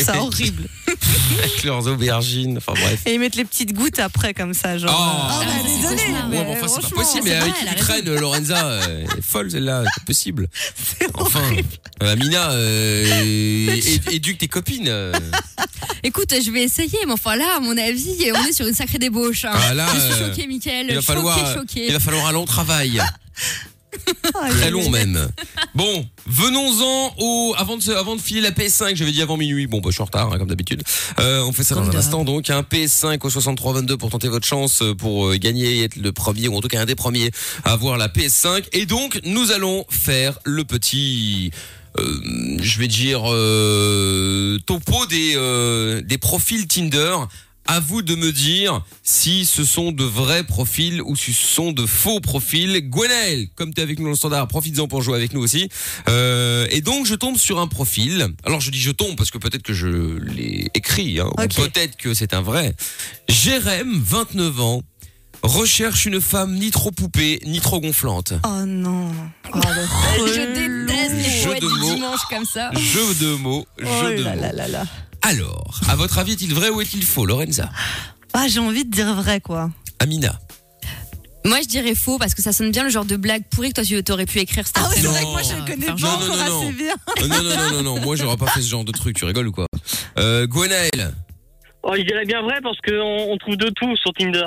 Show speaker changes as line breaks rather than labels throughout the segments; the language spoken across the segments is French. ça horrible.
avec leurs aubergines. Enfin bref.
Et ils mettent les petites gouttes après comme ça, genre.
Oh.
euh,
Ah,
bah,
c'est
désolé,
cauchemar.
mais
Ouais, mais enfin, c'est pas
franchement,
possible,
c'est
mais avec
vrai, elle a
l'Ukraine, Lorenza euh, est folle, celle-là, c'est pas possible.
C'est
Enfin,
horrible.
euh, Amina, euh, é- éduque tes copines.
Ah,
euh.
Écoute, je vais essayer, mais enfin là, à mon avis, on est sur une sacrée débauche. hein.
Ah, là,
je suis
euh,
choquée, Mickaël.
Il va,
Choquée,
falloir, il
choquée.
va falloir un long travail,
Ah,
très
j'ai-
long même. Bon, venons-en au. Avant de, se- avant de filer la PS5, j'avais dit avant minuit. Bon, bah, je suis en retard, hein, comme d'habitude. Euh, on fait ça dans
Comme
un
d'hab.
instant. Donc, hein. un PS5 au 6322 pour tenter votre chance, euh, pour euh, gagner et être le premier, ou en tout cas un des premiers à avoir la PS5. Et donc, nous allons faire le petit. euh, je vais dire euh, topo des euh, des profils Tinder. À vous de me dire si ce sont de vrais profils ou si ce sont de faux profils. Gwenaël, comme tu es avec nous dans le standard, profites-en pour jouer avec nous aussi. Euh, et donc je tombe sur un profil. Alors je dis je tombe parce que peut-être que je l'ai écrit, hein, ou
Ok.
peut-être que c'est un vrai. Jérém, 29 ans, recherche une femme ni trop poupée ni trop gonflante.
Oh non. Oh, le
Je déteste les
Jeu
poètes
de
du
mots.
dimanche comme ça.
Jeu de mots,
Oh
jeu de
là
mots.
là là là.
Alors, à votre avis, est-il vrai ou est-il faux, Lorenza
Ah, j'ai envie de dire vrai, quoi.
Amina
Moi, je dirais faux parce que ça sonne bien le genre de blague pourrie que toi, tu t'aurais pu écrire. cet
Ah ouais, c'est vrai
après-midi.
que moi, je le connais
Enfin,
pas
non, non,
encore
non, non.
assez bien.
Euh, Non, non, non, non, non, moi j'aurais pas fait ce genre de truc, tu rigoles ou quoi euh, Gwenaël
Oh, je dirais bien vrai parce qu'on on trouve de tout sur Tinder.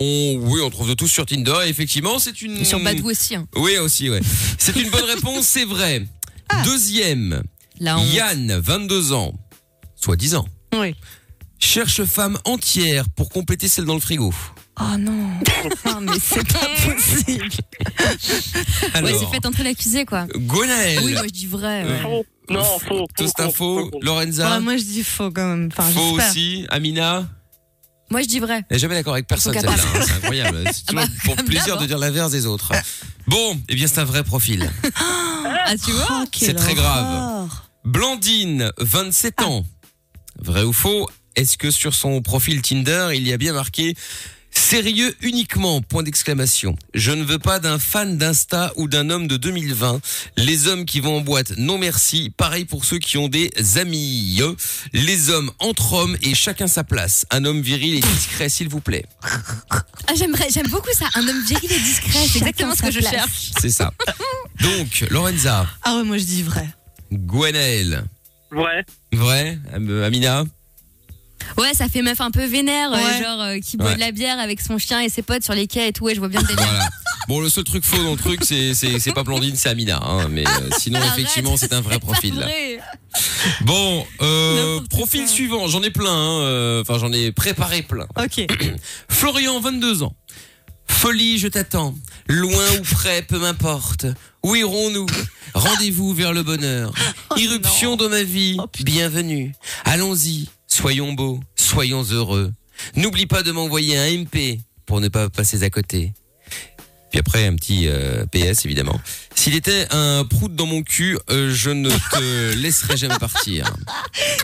on, oui, on trouve de tout sur Tinder. Et effectivement, c'est une.
Sur Badou aussi. hein.
Oui, aussi, ouais. C'est une bonne réponse, c'est vrai. Deuxième,
Là, Ah. on...
Yann, 22 ans, soit 10 ans,
Oui.
cherche femme entière pour compléter celle dans le frigo.
Oh non. Non, mais c'est pas possible.
Alors,
Ouais, c'est fait entrer l'accusé, quoi.
Gwenaël,
Oui, moi, je dis vrai.
Euh,
ouais.
Faux. Non, faux.
Toast
faux,
Info,
faux.
Lorenza,
Ouais, moi, je dis faux quand même. Enfin,
Hein faux
j'espère.
aussi, Amina.
Moi, je dis vrai.
Elle est jamais d'accord avec personne,
Faut
celle-là.
qu'elle
hein, C'est incroyable. C'est toujours
Ah bah,
pour
comme
plaisir
d'hab,
de dire l'inverse des autres. Bon, eh bien, c'est un vrai profil.
Ah, tu vois
Oh, quelle
C'est très grave.
horreur.
Blandine, 27 ans. Vrai ou faux Est-ce que sur son profil Tinder, il y a bien marqué Sérieux uniquement, point d'exclamation. Je ne veux pas d'un fan d'Insta ou d'un homme de 2020. Les hommes qui vont en boîte, non merci. Pareil pour ceux qui ont des amis. Les hommes entre hommes et chacun sa place. Un homme viril et discret, s'il vous plaît.
Ah, j'aimerais, j'aime beaucoup ça. Un homme viril et discret.
Chacun
C'est exactement ce
sa
que je
place.
cherche.
C'est ça. Donc, Lorenza,
Ah ouais, moi, je dis vrai.
Gwenaël.
Vrai.
Vrai Am- Amina
Ouais, ça fait meuf un peu vénère, euh,
Ouais.
genre euh, qui boit
Ouais.
de la bière avec son chien et ses potes sur les quais et tout. Ouais, je vois bien le délire.
Voilà. Bon, le seul truc faux dans le truc, c'est- c'est c'est pas Blandine, c'est Amina. hein. mais euh, sinon,
Arrête,
effectivement, c'est un vrai
pas
profil.
vrai.
Bon, euh,
N'importe
profil
quoi.
suivant, j'en ai plein. hein, euh, Enfin, j'en ai préparé plein.
Ok.
Florian, 22 ans. Folie, je t'attends. Loin ou près, peu m'importe. Où irons-nous Rendez-vous vers le bonheur. Irruption dans ma vie. Bienvenue. Allons-y. Soyons beaux. Soyons heureux. N'oublie pas de m'envoyer un MP pour ne pas passer à côté. Puis après, un petit euh, PS, évidemment. S'il était un prout dans mon cul, euh, je ne te laisserai jamais partir.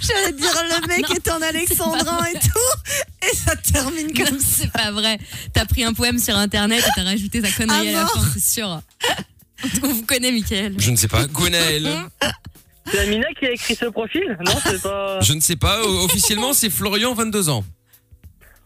J'allais dire le mec
Non,
est en alexandrin et tout, et ça termine
Non,
comme
c'est pas vrai. T'as pris un poème sur internet et t'as rajouté ta connerie
À
à, la
mort.
fin, c'est sûr. Ah On vous connaît, Michael.
Je ne sais pas. Gwenaël
C'est Amina qui a écrit ce profil Non, c'est pas.
Je ne sais pas. O- Officiellement, c'est Florian, 22 ans.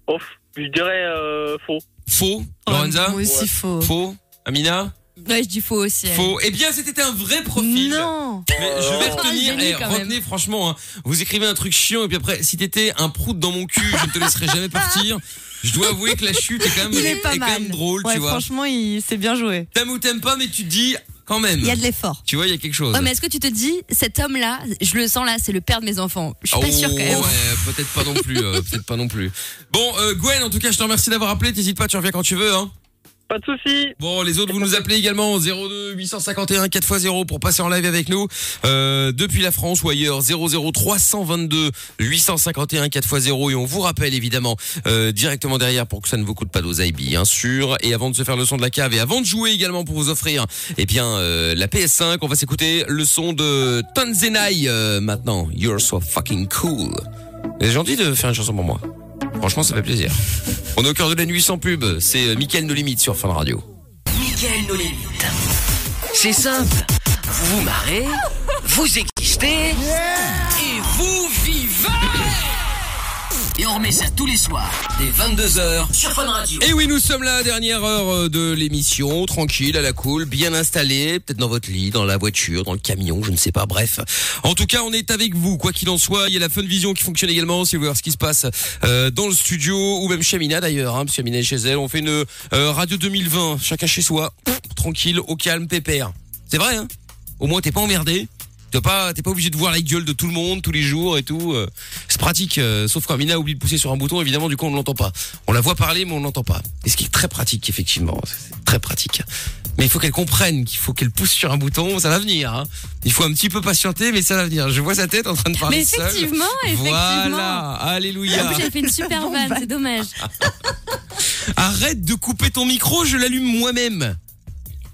Oh, je dirais euh, faux.
Faux,
Oh,
Lorenza
Moi aussi faux.
Faux, Amina
Ouais, je dis faux aussi. elle.
Faux. Eh bien, c'était un vrai profil.
Non.
Mais je vais
Oh.
retenir.
Ah, génie,
eh,
quand
retenez, franchement, hein, vous écrivez un truc chiant et puis après, si t'étais un prout dans mon cul, je ne te laisserai jamais partir. Je dois avouer que la chute est quand même,
Il est pas
quand
mal.
même drôle,
Ouais,
tu vois.
franchement, il s'est bien joué.
T'aimes ou t'aimes pas, mais tu te dis quand même.
Il y a de l'effort.
Tu vois, il y a quelque chose.
Ouais, mais est-ce que tu te dis, cet homme-là, je le sens là, c'est le père de mes enfants Je suis pas
Oh,
sûre quand même.
Ouais, peut-être pas non plus. euh, peut-être pas non plus. Bon, euh, Gwen, en tout cas, je te remercie d'avoir appelé. T'hésites pas, tu reviens quand tu veux. Hein.
Pas de soucis.
Bon, les autres, vous nous appelez également au 02 851 4x0 pour passer en live avec nous euh, depuis la France ou ailleurs 00 322 851 4x0 et on vous rappelle évidemment euh, directement derrière pour que ça ne vous coûte pas d'oseille bien sûr et avant de se faire le son de la cave et avant de jouer également pour vous offrir eh bien euh, la PS5 on va s'écouter le son de Tanzenai euh, maintenant You're so fucking cool. C'est gentil de faire une chanson pour moi. Franchement, ça fait plaisir. On est au cœur de la nuit sans pub. C'est euh, Mickaël No Limite sur Fun Radio.
Michael nos limites. C'est simple. Vous vous marrez, vous existez et vous vivez. Et on remet ça tous les soirs, dès 22h, sur Fun Radio.
Et oui, nous sommes là, dernière heure euh, de l'émission, tranquille, à la cool, bien installé, peut-être dans votre lit, dans la voiture, dans le camion, je ne sais pas, bref. En tout cas, on est avec vous, quoi qu'il en soit. Il y a la Fun Vision qui fonctionne également, si vous voulez voir ce qui se passe euh, dans le studio, ou même chez Amina d'ailleurs, hein, parce qu'Amina est chez elle. On fait une euh, radio 2020, chacun chez soi, Pff, tranquille, au calme, pépère. C'est vrai, hein Au moins, t'es pas emmerdé. T'es pas, t'es pas obligé de voir la gueule de tout le monde tous les jours et tout. euh, C'est pratique. euh, sauf quand Mina oublie de pousser sur un bouton, évidemment, du coup, on ne l'entend pas. On la voit parler, mais on ne l'entend pas. Et ce qui est très pratique, effectivement. C'est très pratique. Mais il faut qu'elle comprenne qu'il faut qu'elle pousse sur un bouton. Ça va venir. hein. Il faut un petit peu patienter, mais ça va venir. Je vois sa tête en train de parler
Mais
seule.
effectivement, effectivement. Ah,
Voilà.
En
Alléluia.
plus, j'avais fait une super vanne, c'est dommage.
Arrête de couper ton micro. Je l'allume moi-même.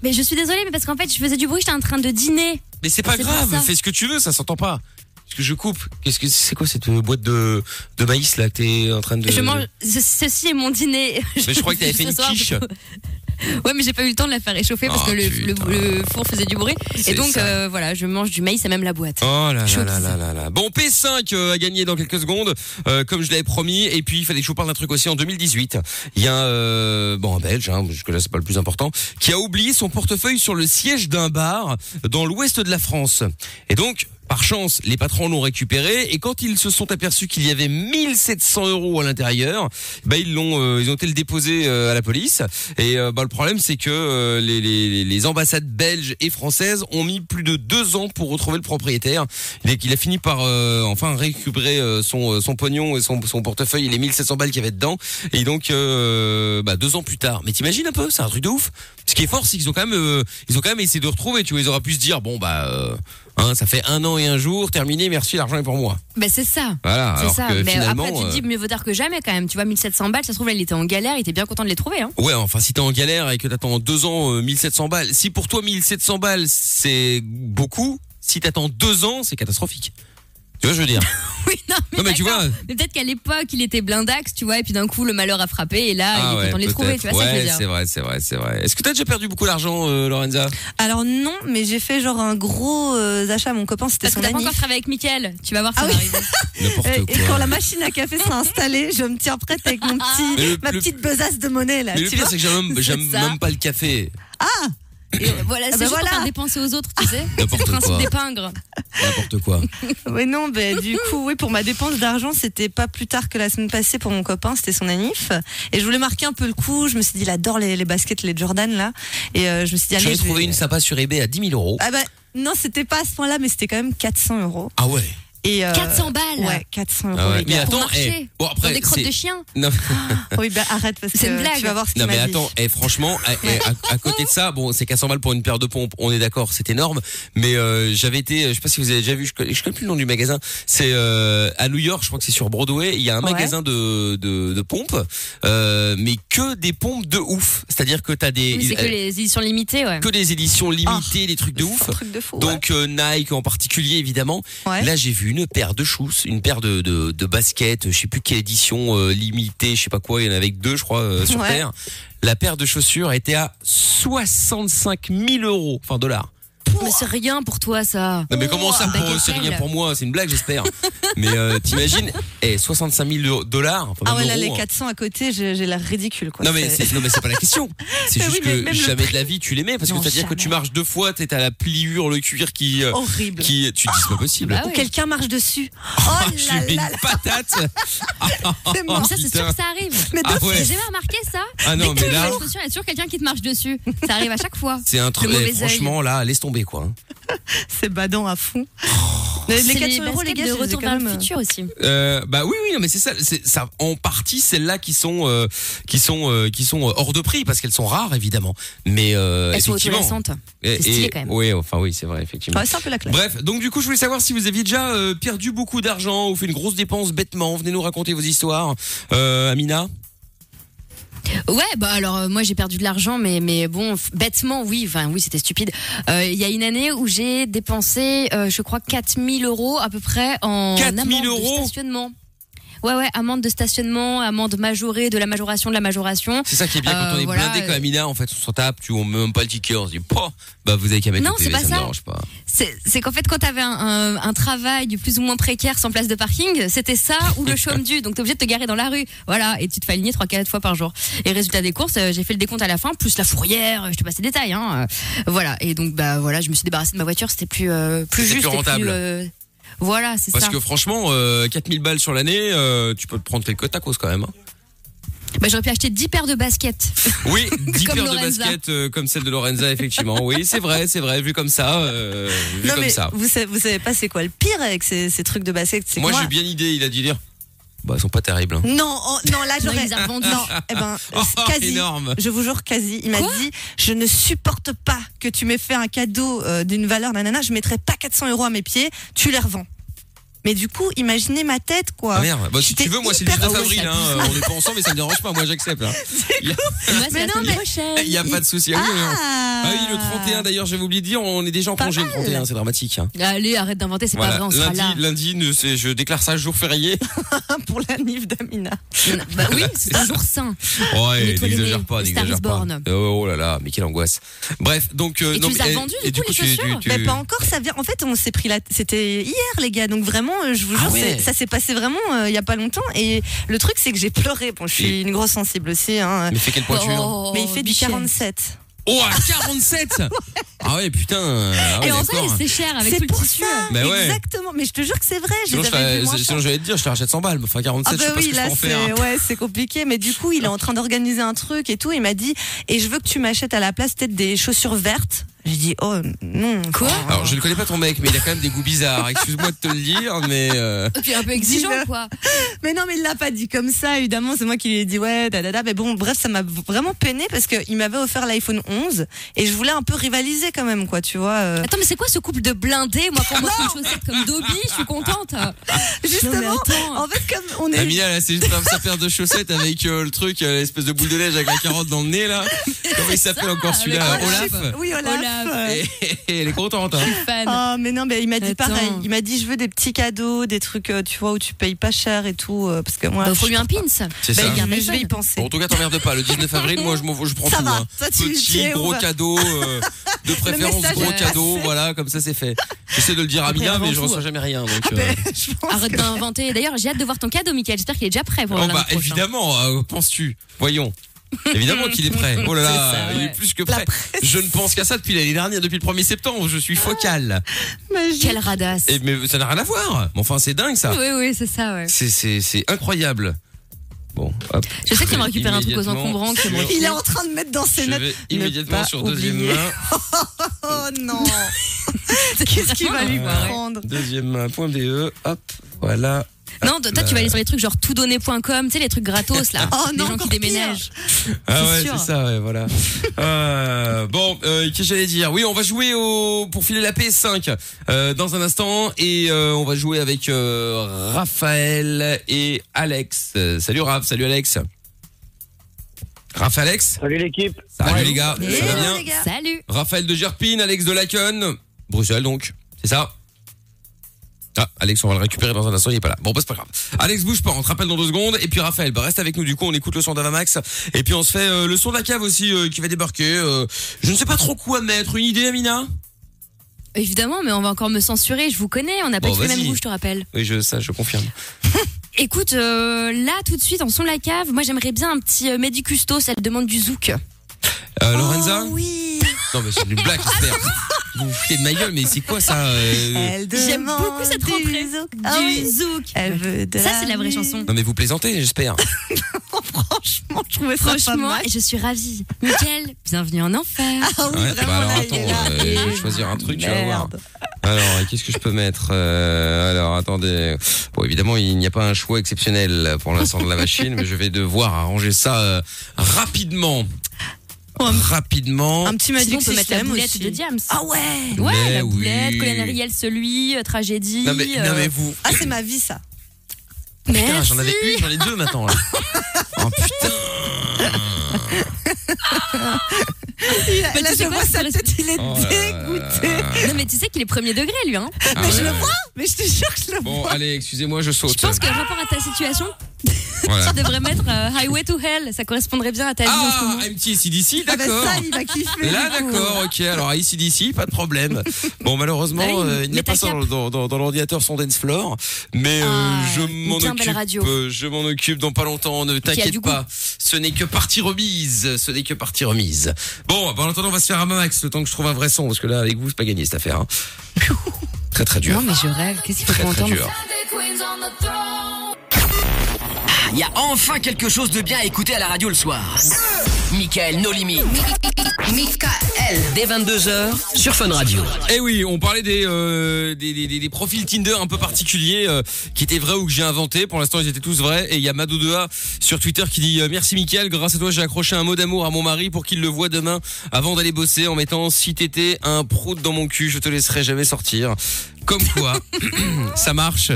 Mais je suis désolée, mais parce qu'en fait, je faisais du bruit, j'étais en train de dîner.
Mais c'est pas
C'est pour
grave,
ça.
fais ce que tu veux, ça s'entend pas. Parce que je coupe. Qu'est-ce que c'est quoi cette boîte de, de maïs là que t'es en train de.
Je mange. ce- ceci est mon dîner.
Mais je crois que t'avais fait
Ce
une
soir,
quiche.
plutôt. Ouais, mais j'ai pas eu le temps de la faire réchauffer parce
Oh,
que le, le-
putain.
le four faisait du bruit.
C'est
Et donc,
ça.
euh, voilà, je mange du maïs et même la boîte.
Oh là là
Chaud,
là là
ça.
là là. Bon, P5 euh, à gagner dans quelques secondes, euh, comme je l'avais promis. Et puis, il fallait que je vous parle d'un truc aussi en 2018. Il y a un, euh, bon, un Belge, hein, jusque-là, c'est pas le plus important, qui a oublié son portefeuille sur le siège d'un bar dans l'ouest de la France. Et donc, par chance, les patrons l'ont récupéré et quand ils se sont aperçus qu'il y avait 1700 euros à l'intérieur, bah ils l'ont, euh, ils ont été le déposer euh, à la police. Et euh, bah, le problème, c'est que euh, les, les, les ambassades belges et françaises ont mis plus de deux ans pour retrouver le propriétaire. Il, est- il a fini par euh, enfin récupérer euh, son, euh, son pognon et son, son portefeuille et les 1700 balles qu'il y avait dedans. Et donc, euh, bah, deux ans plus tard. Mais t'imagines un peu, c'est un truc de ouf. Ce qui est fort, c'est qu'ils ont quand même, euh, ils ont quand même essayé de retrouver. Tu vois, ils auraient pu se dire, bon bah, euh, hein, ça fait un an et un jour, terminé, merci, l'argent est pour moi.
Ben, c'est ça.
Voilà.
C'est
Oh. alors
ça.
que
Mais
finalement,
après, tu te
euh,
dis, mieux vaut tard que jamais quand même. Tu vois, 1700 balles, ça se trouve, là, il était en galère, il était bien content de les trouver. Hein.
euh, Ouais, enfin, si t'es en galère et que t'attends deux ans, euh, 1700 balles. Si pour toi, 1700 balles, c'est beaucoup, si t'attends deux ans, c'est catastrophique. Tu vois, ce que je veux dire.
Oui, non, mais,
Non, mais tu
d'accord.
vois.
Mais peut-être qu'à l'époque, il était blindax, tu vois, et puis d'un coup, le malheur a frappé, et là, Ah, il est content de les
Ah peut-être.
trouver, tu vois, ça que je veux
Ouais,
dire.
c'est vrai, c'est vrai, c'est vrai. Est-ce que t'as déjà perdu beaucoup d'argent, euh, Lorenza
Alors non, mais j'ai fait genre un gros euh, achat à mon copain, c'était
Parce que
son
t'as pas
anniversaire.
encore travaillé avec Mickaël, tu vas voir ça
Ah
va
oui.
arriver.
N'importe
Euh,
quoi.
Et quand la machine à café s'est installée, je me tiens prête avec mon
Mais
petit,
le-
ma
le-
petite besace de monnaie là.
Mais le
Tu
pire,
vois
c'est que j'aime même- j'aime
ça.
même pas le café.
Et Ah voilà, c'est
bah
juste pour
voilà.
faire dépenser aux autres, tu sais. C'est
N'importe
le principe
quoi.
des pingres.
N'importe quoi.
Oui, non, ben, du coup, oui, pour ma dépense d'argent, c'était pas plus tard que la semaine passée pour mon copain, c'était son anif. Et je voulais marquer un peu le coup. Je me suis dit, il adore les, les baskets, les Jordan là. Et euh, je me suis dit, allez,
J'en ai
je vais-
trouvé une sympa sur eBay à 10 000 euros.
Ah bah, non, c'était pas à ce point-là, mais c'était quand même 400 euros.
Ah ouais.
Et, euh,
400 balles.
Ouais, 400 euros.
Ah ouais.
les
Mais
gars.
attends,
marcher,
eh, bon
Dans
après,
des crottes
c'est-
de chien.
Non,
Oui, bah, arrête parce que
C'est une blague.
tu vas voir ce qu'il
non mais
m'a dit.
attends, eh, franchement, eh, eh, à, à côté de ça, bon, c'est 400 balles pour une paire de pompes, on est d'accord, c'est énorme. Mais euh, j'avais été, je sais pas si vous avez déjà vu, je connais, je connais plus le nom du magasin. C'est euh, à New York, je crois que c'est sur Broadway. Il y a un
Ouais.
magasin de de, de pompes, euh, mais que des pompes de ouf. C'est-à-dire que t'as des
Oui, C'est que
euh,
les Ah, éditions limitées, ouais.
que des éditions limitées, des trucs de ouf.
Un truc de fou.
Donc euh, Nike en particulier évidemment.
Ouais.
Là j'ai vu une paire de shoes, une paire de de, de baskets, je sais plus quelle édition euh, limitée, je sais pas quoi, il y en avait que deux je crois euh, sur
Ouais.
terre. La paire de chaussures était à 65 000 euros, enfin dollars.
Mais c'est rien pour toi, ça.
Non mais comment ça pour eux, c'est
Bagatelle.
rien pour moi, c'est une blague j'espère. mais euh, t'imagines, eh, 65 000 euros- dollars. enfin,
Ah
même
ouais, là,
euros,
les
hein.
400 à côté, j'ai j'ai l'air ridicule quoi.
Non mais c'est non mais c'est pas la question. C'est
Mais
juste
Bah oui, mais
que
même le
jamais de la vie tu les mets parce que
Non,
c'est à dire que
jamais.
tu marches deux fois, t'es à la pliure, le cuir qui euh,
horrible.
qui tu te dis c'est pas possible.
Bah
Ou
oui.
quelqu'un marche dessus. Oh
Ah, je
là
lui mets
là
une patate.
c'est
Mais
mort.
ça, c'est
putain.
sûr que ça arrive.
Mais
Ah
de-
ouais.
J'ai jamais remarqué ça.
Ah non, mais là,
Je suis sûre, il y a toujours quelqu'un qui te marche dessus. Ça arrive à chaque fois.
c'est un truc.
Le mauvais
eh, franchement, là, laisse tomber quoi. hein.
c'est badant à fond.
Oh.
les
C'est
400 euros, les
baskets
gars,
de
je les ai
retour
quand
vers le
même, euh,
futur aussi.
Euh, bah oui, oui, non, mais c'est ça. C'est ça. En partie, celles-là qui sont euh, qui sont euh, qui sont euh, hors de prix parce qu'elles sont rares évidemment. Mais euh,
Elles sont
effectivement.
autolassantes.
Et-
C'est stylé,
et-
quand même. Ah,
Oui, enfin oui, c'est vrai effectivement.
Ouais, c'est un peu la classe.
Bref, donc du coup, je voulais savoir si vous aviez déjà euh, perdu beaucoup d'argent ou fait une grosse dépense bêtement. Venez nous raconter vos histoires, euh, Amina.
Ouais, bah alors euh, moi j'ai perdu de l'argent, mais mais bon, f- bêtement oui, enfin oui c'était stupide. Euh, Il y a une année où j'ai dépensé, euh, je crois 4000 euros à peu près en
4 000
amende de
euros
stationnement. Ouais, ouais, amende de stationnement, amende majorée, de la majoration, de la majoration.
C'est ça qui est bien quand
Euh,
on est
voilà,
blindé comme Amina, en fait, on s'en tape, tu on met même pas le ticket, on se dit, Pouah, bah vous avez qu'à mettre
Non,
le
c'est
TV,
pas
ça, me
ça.
dérange pas.
C'est c'est qu'en fait, quand t'avais un, un, un travail plus ou moins précaire sans place de parking, c'était ça ou le chôme dû. Donc t'es obligé de te garer dans la rue. Voilà, et tu te fais aligner 3-4 fois par jour. Et résultat des courses, euh, j'ai fait le décompte à la fin, plus la fourrière, euh, je te passe les détails. Hein, euh, voilà, et donc bah voilà, je me suis débarrassée de ma voiture, c'était plus, euh, plus
C'était
juste.
plus
et
rentable.
euh, voilà, c'est
Parce
ça.
que franchement, euh, 4000 balles sur l'année, euh, tu peux te prendre quelques tacos quand même. hein.
Bah, J'aurais pu acheter 10 paires de baskets.
Oui, 10 paires
Comme
de
Lorenza.
baskets euh, comme celle de Lorenza, effectivement. Oui, c'est vrai, c'est vrai, vu comme ça. euh, vu
Non,
comme
mais
ça.
Vous, savez, vous savez pas c'est quoi le pire avec ces, ces trucs de basket c'est que
Moi, j'ai bien l'idée, il a dû dire. Bah, ils sont pas terribles. hein.
Non, oh, non, là
Non,
j'aurais.
il les a revendus.
Non, eh ben,
Oh,
quasi.
énorme.
Je vous jure, quasi. Il m'a
Quoi
dit Je ne supporte pas que tu m'aies fait un cadeau euh, d'une valeur, nanana, je mettrai pas 400 euros à mes pieds, tu les revends. Mais du coup, imaginez ma tête, quoi.
Ah merde, bah, si
J'étais
tu veux, moi c'est le
hyper
19
heureuse.
avril, hein, euh, on est pas ensemble mais ça me dérange pas, moi j'accepte. hein.
Et Moi, c'est
Mais
la
non,
semaine
mais-
prochaine.
Il n'y a pas de souci. Ah, oui, on est en-
Ah,
Ah oui, le 31 d'ailleurs, j'avais oublié de dire, on est déjà en
Pas
congé le
mal.
31, c'est dramatique. hein.
Allez, arrête d'inventer, c'est
Voilà,
pas vrai, on sera
lundi,
là.
lundi ne- c'est- je déclare ça jour férié.
pour la nif d'Amina.
Bah oui, c'est un jour sain.
Ouais,
Nettoyer les
n'exagère
mails,
pas,
les
n'exagère
Star is
pas.
Born.
Oh, oh là là, mais quelle angoisse. Bref, donc. euh,
Et
non,
tu les as
mais-
vendus,
et
du coup, les
tu-
chaussures
tu-
Mais
tu-
pas encore, ça vient. En fait, on s'est pris la. C'était hier, les gars. Donc vraiment, euh, je vous
Ah
jure,
ouais.
c'est- ça s'est passé vraiment euh, il y a pas longtemps. Et le truc, c'est que j'ai pleuré. Bon, je suis une grosse sensible aussi. Hein.
Mais fais quelle pointure
Oh,
Mais il fait du
Bichette.
47.
Oh, à 47 Ah ouais, putain. ah ouais,
Et en
d'accord.
vrai, c'est cher avec tout
C'est
le
pour
tissu.
ça.
Bah ouais.
Exactement. Mais je te jure que c'est vrai. Je
Sinon,
les
je
avais
la-
vus moins
sinon,
chers.
j'allais te dire, je te rachète 100 balles. mais Enfin, 47,
Ah bah
je sais pas
oui,
ce que
là
je peux en
c'est
faire.
ouais, c'est compliqué, mais du coup il est en train d'organiser un truc et tout. Il m'a dit et je veux que tu m'achètes à la place peut-être des chaussures vertes. J'ai dit oh non
Quoi
Alors, je ne connais pas ton mec, mais il a quand même des goûts bizarres. Excuse-moi de te le dire, mais. euh,
Et puis un peu exigeant, quoi.
Mais non, mais il l'a pas dit comme ça. Évidemment, c'est moi qui lui ai dit ouais, da da da. Mais bon, bref, ça m'a vraiment peiné parce que il m'avait offert l'iPhone 11 et je voulais un peu rivaliser quand même, quoi, tu vois. euh.
Attends, mais c'est quoi ce couple de blindés Moi, quand on m'offre une chaussette comme Dobby, je suis contente. Non, mais
Justement,
attends.
en fait, comme on est
Amina, là, c'est juste sa paire de chaussettes avec euh, le truc, euh, l'espèce de boule de neige avec la carotte dans le nez, là. Comment il s'appelle encore celui-là
avec Olaf.
Olaf
oui, Olaf.
Olaf.
euh,
Et- Elle est contente, hein.
Fan.
Ah mais non, mais il m'a dit
Attends.
pareil. Il m'a dit je veux des petits cadeaux, des trucs, euh, tu vois, où tu payes pas cher et tout, euh, parce que moi.
Bah, faut lui
je-
un pins.
C'est
Bah,
ça.
il y a un je vais y
iPhone.
penser.
Bon, en tout cas, t'emmerdes pas. Le 19 avril, moi, je, m'en- je prends
Ça
tout.
va,
hein.
ça, tu- tu
Petit,
es, on
gros
va.
cadeau, euh, de préférence,
message
gros
est
cadeau, voilà, comme ça, c'est fait. J'essaie de le dire à Amina,
avant
mais je
tout,
reçois jamais rien.
Ah,
Donc, euh,
Ben, je pense
Arrête
que-
d'inventer. D'ailleurs, j'ai hâte de voir ton cadeau, Michael. J'espère qu'il est déjà prêt pour
Oh,
lundi
bah,
prochain.
évidemment, euh, penses-tu Voyons. Évidemment qu'il est prêt. Oh là là,
C'est ça,
il est
ouais.
plus que prêt. Je ne pense qu'à ça depuis l'année dernière, depuis le 1er septembre. Je suis focal.
Ah.
Magique.
Quelle radasse.
Et, mais ça n'a rien à voir. Mais enfin, c'est dingue ça.
Oui, oui, c'est ça, ouais.
C'est- C'est c'est incroyable. Bon, hop.
Je sais qu'il m'a
Je vais
récupéré un truc aux
immédiatement
encombrants que
sur-
moi-
Il est en train de mettre dans ses
Je
notes.
vais
Ne
immédiatement
pas
sur deuxième
oublier.
main.
Oh non Qu'est-ce qu'il va lui
Ouais.
prendre
Deuxième main.be. Hop, voilà.
Non, toi, tu vas aller sur les trucs genre toutdonner.com, tu sais, les trucs gratos, là.
Oh
les
non,
gens qui
encore
déménagent.
Ah
C'est
ouais,
sûr.
c'est ça, ouais, voilà. Euh, bon, euh, qu'est-ce que j'allais dire Oui, on va jouer au pour filer la PS5 euh, dans un instant et euh, on va jouer avec euh, Raphaël et Alex. Euh, salut Raph, salut Alex. Raph Alex,
Salut l'équipe.
salut les gars,
Eh
ça va
non,
bien
les gars.
Salut.
Raphaël de Gerpine, Alex de Laken, Bruxelles donc, c'est ça ah, Alex, on va le récupérer dans un instant, il est pas là. Bon, bah, c'est pas grave. Alex, bouge pas, on te rappelle dans deux secondes. Et puis Raphaël, bah, reste avec nous, du coup, on écoute le son d'Avamax. Et puis on se fait euh, le son de la cave aussi, euh, qui va débarquer. euh, je ne sais pas trop quoi mettre. Une idée, Amina
Évidemment, mais on va encore me censurer. Je vous connais. On n'a pas
Bon,
tous les
vas-y.
mêmes goûts, je te rappelle.
Oui, je, ça, je confirme.
Écoute, euh, là, tout de suite, en son la cave, moi, j'aimerais bien un petit euh, Médicusto, ça te demande du zouk.
Euh, Lorenza
Oh oui
Non, mais c'est une blague, j'espère. Vous vous foutez de ma gueule, mais c'est quoi ça euh,
Elle
J'aime
demande
beaucoup cette
du
rentrée.
zouk. Ah
du
oui.
zouk. Euh,
Elle veut de
Ça, c'est la vraie
musique.
chanson.
Non, mais vous plaisantez, j'espère.
Franchement, je trouvais ça pas
Franchement,
mal.
je suis ravie. Michael, bienvenue en enfer.
Ah oui,
Ouais,
vraiment,
bah, alors
là,
attends,
il est là.
euh, je vais choisir un truc, tu vas voir.
Merde.
Alors, et qu'est-ce que je peux mettre Euh, Alors, attendez. Bon, évidemment, il n'y a pas un choix exceptionnel pour l'instant de la machine, mais je vais devoir arranger ça euh, rapidement. Rapidement.
Un petit
Sinon,
Magic
on peut mettre la
System
boulette
aussi.
de Diams.
Ah ouais
ouais,
Mais
la
oui.
boulette, Colin Ariel, celui, euh, tragédie.
Non mais, non
euh,
mais vous.
Ah, c'est ma vie, ça.
Putain, j'en
merci.
avais une, j'en ai deux maintenant. là. Oh putain.
Mais
là,
Bah, tu sais
je
quoi,
vois
c'est
sa
le-
tête, il est
Oh là là
dégoûté.
là là.
Non, mais tu sais qu'il est premier degré, lui. Hein.
Ah
mais je
ouais,
le
ouais.
vois, mais je te jure que je le
Bon,
vois.
allez, excusez-moi, je
Je
saute.
pense que par rapport à ta situation,
Voilà.
tu devrais mettre euh, Highway to Hell. Ça correspondrait bien à ta vie en ce
Ah,
moment.
MTCDC,
Ah bah
d'accord.
ça, il va kiffer.
Là,
du coup.
d'accord, ok. Alors, ici, d'ici, pas de problème. Bon, malheureusement,
Bah oui,
euh, il n'y a
mais
pas
t'as
ça
cap.
dans, dans, dans- dans l'ordinateur son dance floor. Mais euh,
Ah,
je
une
m'en
bien belle
occupe.
radio.
euh, je m'en occupe dans pas longtemps. Ne t'inquiète
du goût.
pas. Ce n'est que partie remise. Ce n'est que partie remise. Bon, bah, en attendant, on va se faire un max le temps que je trouve un vrai son. Parce que là, avec vous, c'est pas gagné cette affaire. hein. Très, très dur.
Non, mais je rêve. Qu'est-ce qu'il faut
Très,
qu'on
très
entende
dur.
Ah, Il y a enfin quelque chose de bien à écouter à la radio le soir. Michael No Limit. Michael. Dès 22h sur Fun Radio.
Eh oui, on parlait des, euh, des, des, des- des profils Tinder un peu particuliers euh, qui étaient vrais ou que j'ai inventés. Pour l'instant, ils étaient tous vrais. Et il y a Madou 2A sur Twitter qui dit euh, Merci Mickaël, grâce à toi, j'ai accroché un mot d'amour à mon mari pour qu'il le voie demain avant d'aller bosser en mettant Si t'étais un prout dans mon cul, je te laisserai jamais sortir. » Comme quoi, ça marche.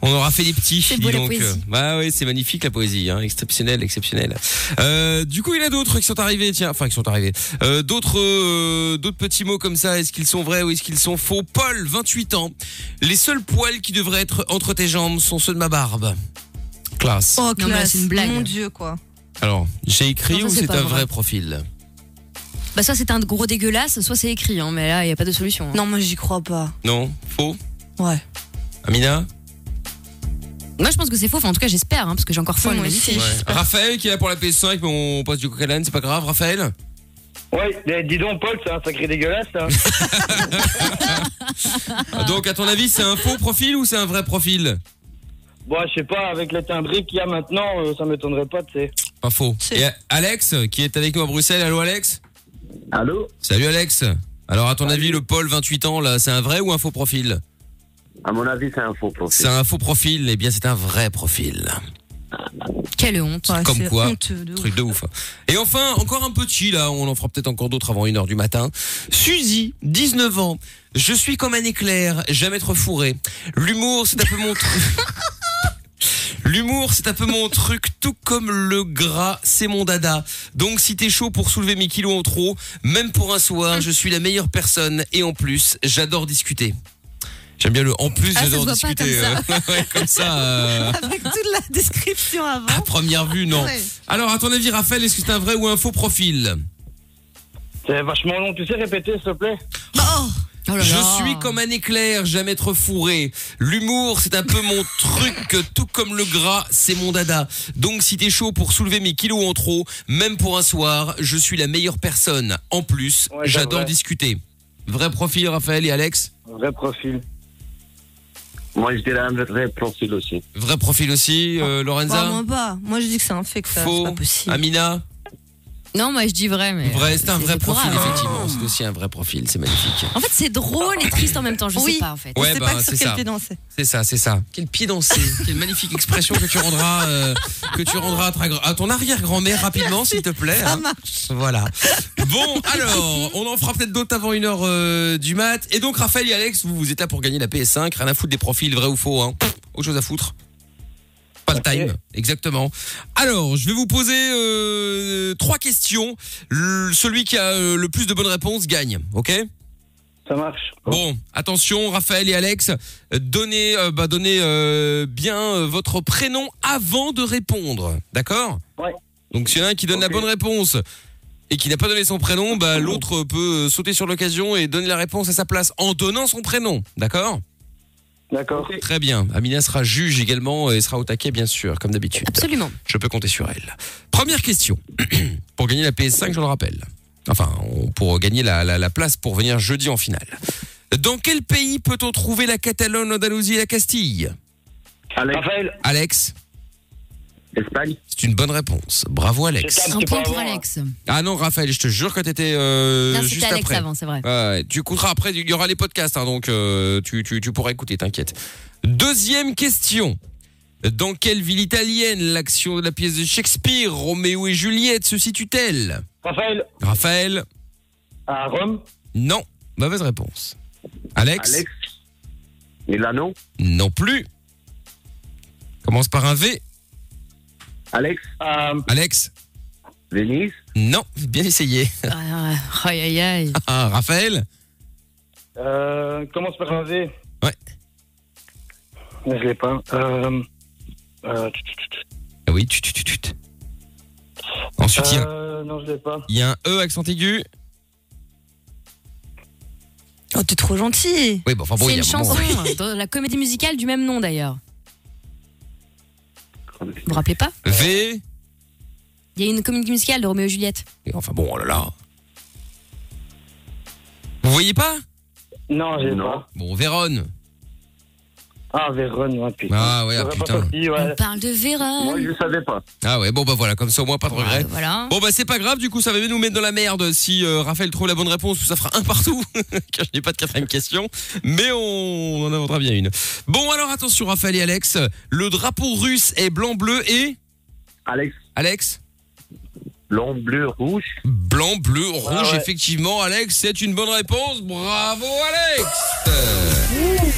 On aura fait des petits.
C'est
dis
beau, la
donc.
poésie.
Bah oui, c'est magnifique la poésie, hein. exceptionnelle, exceptionnelle. Euh, du coup, il y en a d'autres qui sont arrivés, tiens, enfin qui sont arrivés. Euh, d'autres, euh, d'autres petits mots comme ça. Est-ce qu'ils sont vrais ou est-ce qu'ils sont faux Paul, 28 ans. Les seuls poils qui devraient être entre tes jambes sont ceux de ma barbe. Classe.
Oh,
mais là,
classe.
c'est une blague.
Mon dieu, quoi.
Alors, j'ai écrit
Non, ça,
ou
c'est
c'est
pas
un
vrai.
vrai profil
Bah, soit c'est un gros dégueulasse, soit c'est écrit. Hein, mais là, il n'y a pas de solution. hein.
Non, moi, j'y crois pas.
Non, faux.
Ouais.
Amina
Moi, je pense que c'est faux. Enfin, en tout cas, j'espère, hein, parce que j'ai encore faim.
Oui,
le
moi
midi.
aussi.
Raphaël qui est là pour la PS5, mais on passe du coq à l'âne, c'est pas grave, Raphaël
Ouais, eh, dis donc, Paul, c'est un sacré dégueulasse, hein. ça.
Donc, à ton avis, c'est un faux profil ou c'est un vrai profil
bon, je sais pas, avec la timbrée qu'il y a maintenant, euh, ça m'étonnerait pas, tu sais.
Pas faux.
C'est-
Et Alex, qui est avec nous à Bruxelles. Allô, Alex
Allô
Salut, Alex. Alors, à ton avis, le Paul, 28 ans, là, c'est un vrai ou un faux profil
À mon avis, c'est un faux profil.
C'est un faux profil, eh bien c'est un vrai profil.
Quelle honte.
Ouais,
Comme
c'est
quoi,
honteux de ouf.
Truc de ouf. Et enfin, encore un petit là, on en fera peut-être encore d'autres avant 1h du matin. Suzy, 19 ans, je suis comme un éclair, jamais trop fourré. L'humour, c'est un peu mon truc. L'humour, c'est un peu mon truc, tout comme le gras, c'est mon dada. Donc si t'es chaud pour soulever mes kilos en trop, même pour un soir, je suis la meilleure personne et en plus, j'adore discuter. J'aime bien le en plus,
Ah, ça se
j'adore
voit pas
discuter. euh, ouais, comme ça euh,
Avec toute la description
à
avant.
première vue, non.
Hein Ouais.
Alors, à ton avis, Raphaël, est-ce que c'est un vrai ou un faux profil
C'est vachement long, tu sais répéter, s'il te plaît
Oh là là.
Je suis comme un éclair, jamais trop fourré. L'humour, c'est un peu mon truc, tout comme le gras, c'est mon dada. Donc, si t'es chaud pour soulever mes kilos en trop, même pour un soir, je suis la meilleure personne. En plus,
Ouais, c'est
j'adore
vrai.
discuter. Vrai profil, Raphaël et Alex
Vrai profil.
Moi, je dirais un vrai profil aussi.
Vrai profil aussi, euh,
Bah,
Lorenza
moi, pas. Moi, je dis que c'est un fake, ça. C'est
Faux. Ah,
pas possible.
Amina
Non, moi, je dis vrai. Mais
Vrai, c'est un vrai profil,
Euh, déplorable. hein.
effectivement. C'est aussi un vrai profil, c'est magnifique.
En fait, c'est drôle et triste en même temps. Je
Oui.
sais pas, en fait.
On
Ouais,
sait
bah,
pas
c'est
sur
ça.
quel pied danser.
C'est ça, c'est ça. Quel pied dansé, quelle magnifique expression que tu rendras, euh, que tu rendras à, ta gra- à ton arrière-grand-mère rapidement, s'il te plaît. hein. Voilà. Bon, alors, on en fera peut-être d'autres avant une heure euh, du mat. Et donc, Raphaël et Alex, vous, vous êtes là pour gagner la PS5. Rien à foutre des profils, vrai ou faux. Hein. Pff, Autre chose à foutre. Pas le
Ok.
time, exactement. Alors, je vais vous poser euh, trois questions. Le- celui qui a euh, le plus de bonnes réponses gagne, ok
Ça marche.
Bon, attention, Raphaël et Alex, euh, donnez, euh, bah, donnez euh, bien euh, votre prénom avant de répondre, d'accord
Ouais.
Donc s'il y en a un qui donne la
Ok.
bonne réponse et qui n'a pas donné son prénom, bah, l'autre peut euh, sauter sur l'occasion et donner la réponse à sa place en donnant son prénom, d'accord
D'accord.
Très bien. Amina sera juge également et sera au taquet, bien sûr, comme d'habitude.
Absolument.
Je peux compter sur elle. Première question. pour gagner la PS5, je le rappelle. Enfin, on- pour gagner la, la- la place pour venir jeudi en finale. Dans quel pays peut-on trouver la Catalogne, l'Andalousie et la Castille
Allez,
Raphaël,
Alex,
Espagne
c'est une bonne réponse. Bravo Alex.
C'est
Un
pas
point pour
avant, hein.
Alex.
Ah non, Raphaël, je te jure que t'étais euh,
non,
juste
c'était Alex
après.
avant, c'est vrai.
Ouais, ouais. tu écouteras après, il y aura les podcasts, hein, donc euh, tu, tu, tu pourras écouter, t'inquiète. Deuxième question. Dans quelle ville italienne l'action de la pièce de Shakespeare, Roméo et Juliette, se situe-t-elle
Raphaël,
Raphaël,
à Rome.
non. Mauvaise réponse. Alex,
Alex Milano
non plus. Commence par un V.
Alex
à-
Alex,
Venise
Non, bien essayé.
Ah, aïe, aïe, aïe.
Ah, Raphaël
Euh, commence par un V.
Ouais.
Mais Je l'ai pas. Euh, euh, tch, tch, tch, tch.
Ah oui, tu, tu, tu, tu. Ensuite, il y a-
Euh, non, je l'ai pas.
il y, a un E accent aigu.
Oh, t'es trop gentil.
Oui, bon, enfin bon,
C'est
il y a
une
un moment-
chanson dans la comédie musicale du même nom d'ailleurs. Vous vous rappelez pas
euh, V.
Il y a une comédie musicale de Roméo et Juliette.
Et enfin bon, oh là là. Vous voyez pas
Non, je l'ai
Non.
pas.
Bon, Vérone.
Ah, Véron, ouais, putain.
Ah ouais, ah,
J'aurais pas
putain.
sorti,
On
ouais.
parle de
Moi,
Vérone.
je ne savais pas.
Ah ouais, bon bah voilà, comme ça au moins pas de regret.
Euh, Voilà.
Bon bah c'est pas grave, du coup ça va nous mettre dans la merde si euh, Raphaël trouve la bonne réponse, ça fera un partout, car je n'ai pas de quatrième question, mais on en inventera bien une. Bon alors attention Raphaël et Alex, le drapeau russe est blanc-bleu et...
Alex,
Alex
blanc, bleu, rouge.
Blanc, bleu, rouge,
Ah
ouais.
effectivement Alex, c'est une bonne réponse, bravo Alex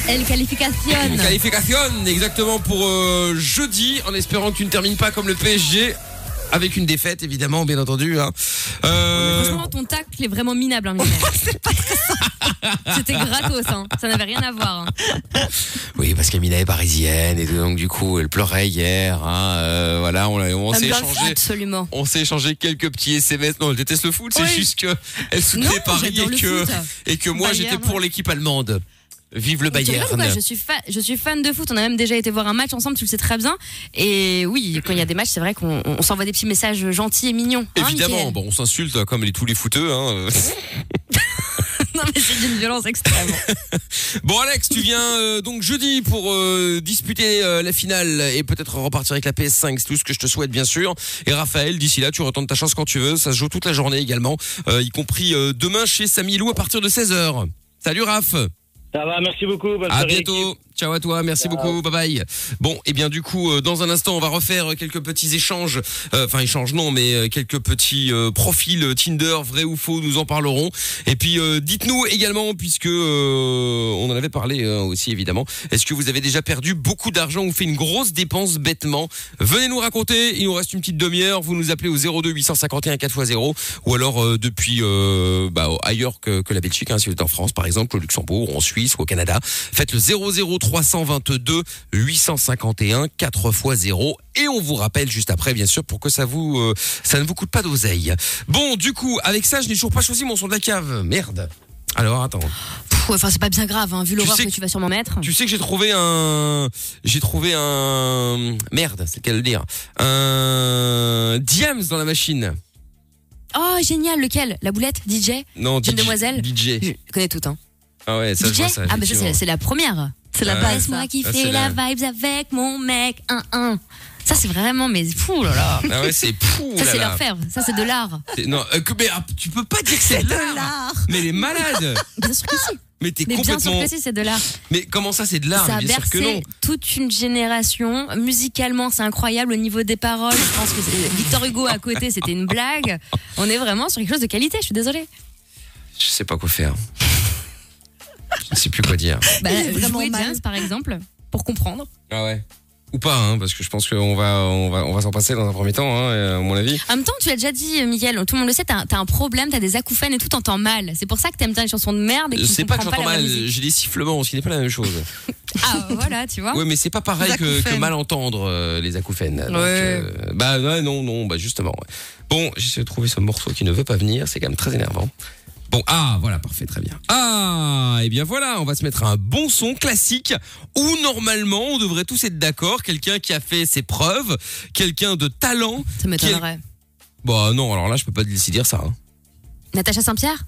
Elle qualificationne.
Qualification exactement pour euh, jeudi, en espérant que tu ne termines pas comme le PSG, avec une défaite évidemment, bien entendu. hein. Euh,
Franchement, ton tacle est vraiment minable, hein, Michel. C'était gratos, hein. ça n'avait rien à voir. hein.
Oui, parce que Mina est parisienne et tout, donc du coup, elle pleurait hier. hein, euh, voilà, on, l'a- on
Comme
s'est
dans le
échangé.
Absolument.
On s'est échangé quelques petits SMS. Non, elle déteste le foot. C'est
Oui.
juste que elle soutenait
Non,
Paris
j'adore
et
le
que,
foot.
et que moi,
Bayern,
j'étais pour l'équipe allemande. Vive le
Tu rigoles ou
Bayern.
quoi je, suis fa- je suis fan de foot, on a même déjà été voir un match ensemble, tu le sais très bien. Et oui, quand il y a des matchs, c'est vrai qu'on on s'envoie des petits messages gentils et mignons. hein,
Évidemment,
Mickaël
bon, on s'insulte comme les, tous les footeux. Hein. euh.
non, mais c'est d'une violence extrême.
Bon, Alex, tu viens euh, donc jeudi pour euh, disputer euh, la finale et peut-être repartir avec la PS5. C'est tout ce que je te souhaite, bien sûr. Et Raphaël, d'ici là, tu retentes ta chance quand tu veux. Ça se joue toute la journée également, euh, y compris euh, demain chez Samy Lou à partir de 16h. Salut Raph
Ça va, merci beaucoup. bonne
à
soirée,
bientôt. Ciao à toi, merci beaucoup, bye bye. Bon, et bien du coup, euh, dans un instant, on va refaire euh, quelques petits échanges, euh, enfin échanges non, mais euh, quelques petits euh, profils Tinder, vrai ou faux, nous en parlerons. Et puis, euh, dites-nous également, puisque euh, on en avait parlé euh, aussi évidemment, est-ce que vous avez déjà perdu beaucoup d'argent ou fait une grosse dépense bêtement Venez nous raconter, il nous reste une petite demi-heure, vous nous appelez au 02 851 4x0 ou alors euh, depuis euh, bah, ailleurs que, que la Belgique, hein, si vous êtes en France par exemple, au Luxembourg, en Suisse ou au Canada, faites le 00322 851 4x0 et on vous rappelle juste après bien sûr pour que ça vous euh, ça ne vous coûte pas d'oseille. Bon, du coup, avec ça, je n'ai toujours pas choisi mon son de la cave. Merde. Alors attends.
Pff, Enfin, c'est pas bien grave, hein, vu l'horreur
sais
que
que-
tu vas sûrement mettre.
Tu sais que j'ai trouvé un, j'ai trouvé un merde, c'est le cas de le dire, un diams dans la machine.
Oh, génial, lequel La boulette DJ
Non,
Jeune
DJ.
demoiselle
DJ.
Je connais tout, hein.
Ah ouais, ça je
DJ
vois ça.
Ah, bah ça,
effectivement.
c'est c'est la première.
C'est la
Ouais. Ah,
base.
Laisse-moi
ça.
kiffer
c'est
la vibes avec mon mec 1-1. Ça, c'est vraiment, mais fou, là là.
Ah ouais, c'est fou.
Ça,
là
c'est
là.
leur faire. Ça, c'est de l'art.
C'est- Non, euh, que- mais ah, tu peux pas dire que c'est de l'art. Mais les malades.
Bien sûr que si.
Mais t'es
Mais bien sûr
complètement.
que si, c'est de l'art.
Mais comment ça, c'est de l'art
Ça a
Mais Bien sûr que non.
bercé toute une génération. Musicalement, c'est incroyable. Au niveau des paroles, je pense que c'est- euh, Victor Hugo à côté, c'était une blague. On est vraiment sur quelque chose de qualité, je suis désolée.
Je sais pas quoi faire. je ne sais plus quoi dire.
Bah,
Il est vraiment
jouer
mal.
jazz, par exemple, pour comprendre.
Ah ouais. Ou pas, hein, parce que je pense qu'on va, on va, on va s'en passer dans un premier temps, hein, euh, à mon avis.
En même temps, tu l'as déjà dit, euh, Miguel, tout le monde le sait, t'as t'as un problème, t'as des acouphènes et tout, t'entends mal. C'est pour ça que t'aimes bien les chansons de merde et que tu
C'est
ne
pas que
comprends
j'entends
la vraie
mal,
musique.
j'ai des sifflements, ce qui n'est pas la même chose.
Ah, voilà, tu vois.
Ouais, mais c'est pas pareil
Les
que, que
acouphènes.
mal entendre euh, les acouphènes. Donc,
Ouais.
euh, bah ouais, non, non, bah justement. ouais. Bon, j'essaie de trouver ce morceau qui ne veut pas venir, c'est quand même très énervant. Bon, ah, voilà, parfait, très bien. Ah, et bien voilà, on va se mettre à un bon son classique où normalement on devrait tous être d'accord. Quelqu'un qui a fait ses preuves, quelqu'un de talent.
Ça m'étonnerait.
Bah non, alors là, je peux pas te laisser dire ça. hein.
Natacha Saint-Pierre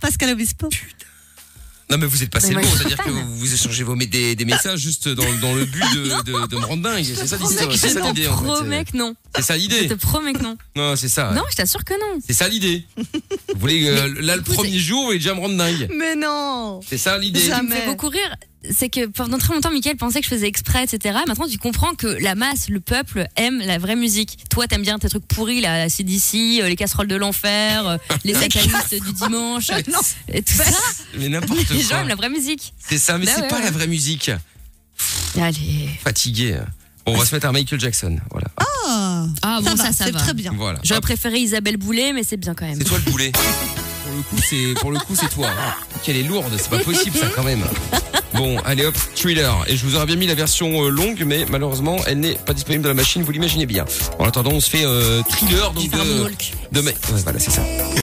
Pascal Obispo.
Non, mais vous êtes passé le
Mais moi,
mot,
je suis
c'est-à-dire que
fan.
vous, vous échangez vos, des, des messages juste dans, dans le but de, de, de me rendre dingue. C'est ça l'idée.
Je
C'est ça
te
l'idée, en fait.
promets que non.
C'est ça l'idée.
Je te promets que non.
Non, c'est ça. ouais.
Eh. Non, je t'assure que non.
C'est ça l'idée. Vous voulez euh, là le
écoute,
premier jour, vous voulez déjà me rendre dingue.
Mais non.
C'est ça l'idée.
Ça-
qui me fait
Mais-
beaucoup rire, c'est que pendant très longtemps, Michael pensait que je faisais exprès, etc. Maintenant, tu comprends que la masse, le peuple, aime la vraie musique. Toi, t'aimes bien tes trucs pourris, la CDC, euh, les casseroles de l'enfer, euh, les satanistes du dimanche, et tout ça.
Mais
Mais
n'importe
les gens
quoi.
aiment la vraie musique.
C'est ça, mais
Bah
c'est
ouais,
pas
ouais.
la vraie musique.
Allez.
Fatigué. Bon, on va se mettre à Michael Jackson. Voilà.
Ah. va.
Ah bon, ça,
va,
ça
c'est
va.
très bien.
Voilà.
J'aurais préféré Isabelle Boulet, mais c'est bien quand même.
C'est toi le boulet. Pour le coup, c'est pour le coup, c'est toi. Qu'elle est lourde, c'est pas possible ça quand même. Bon, allez hop, thriller. Et je vous aurais bien mis la version euh, longue, mais malheureusement, elle n'est pas disponible dans la machine. Vous l'imaginez bien. En attendant, on se fait euh, thriller donc de, de mai. Ouais, voilà, c'est ça.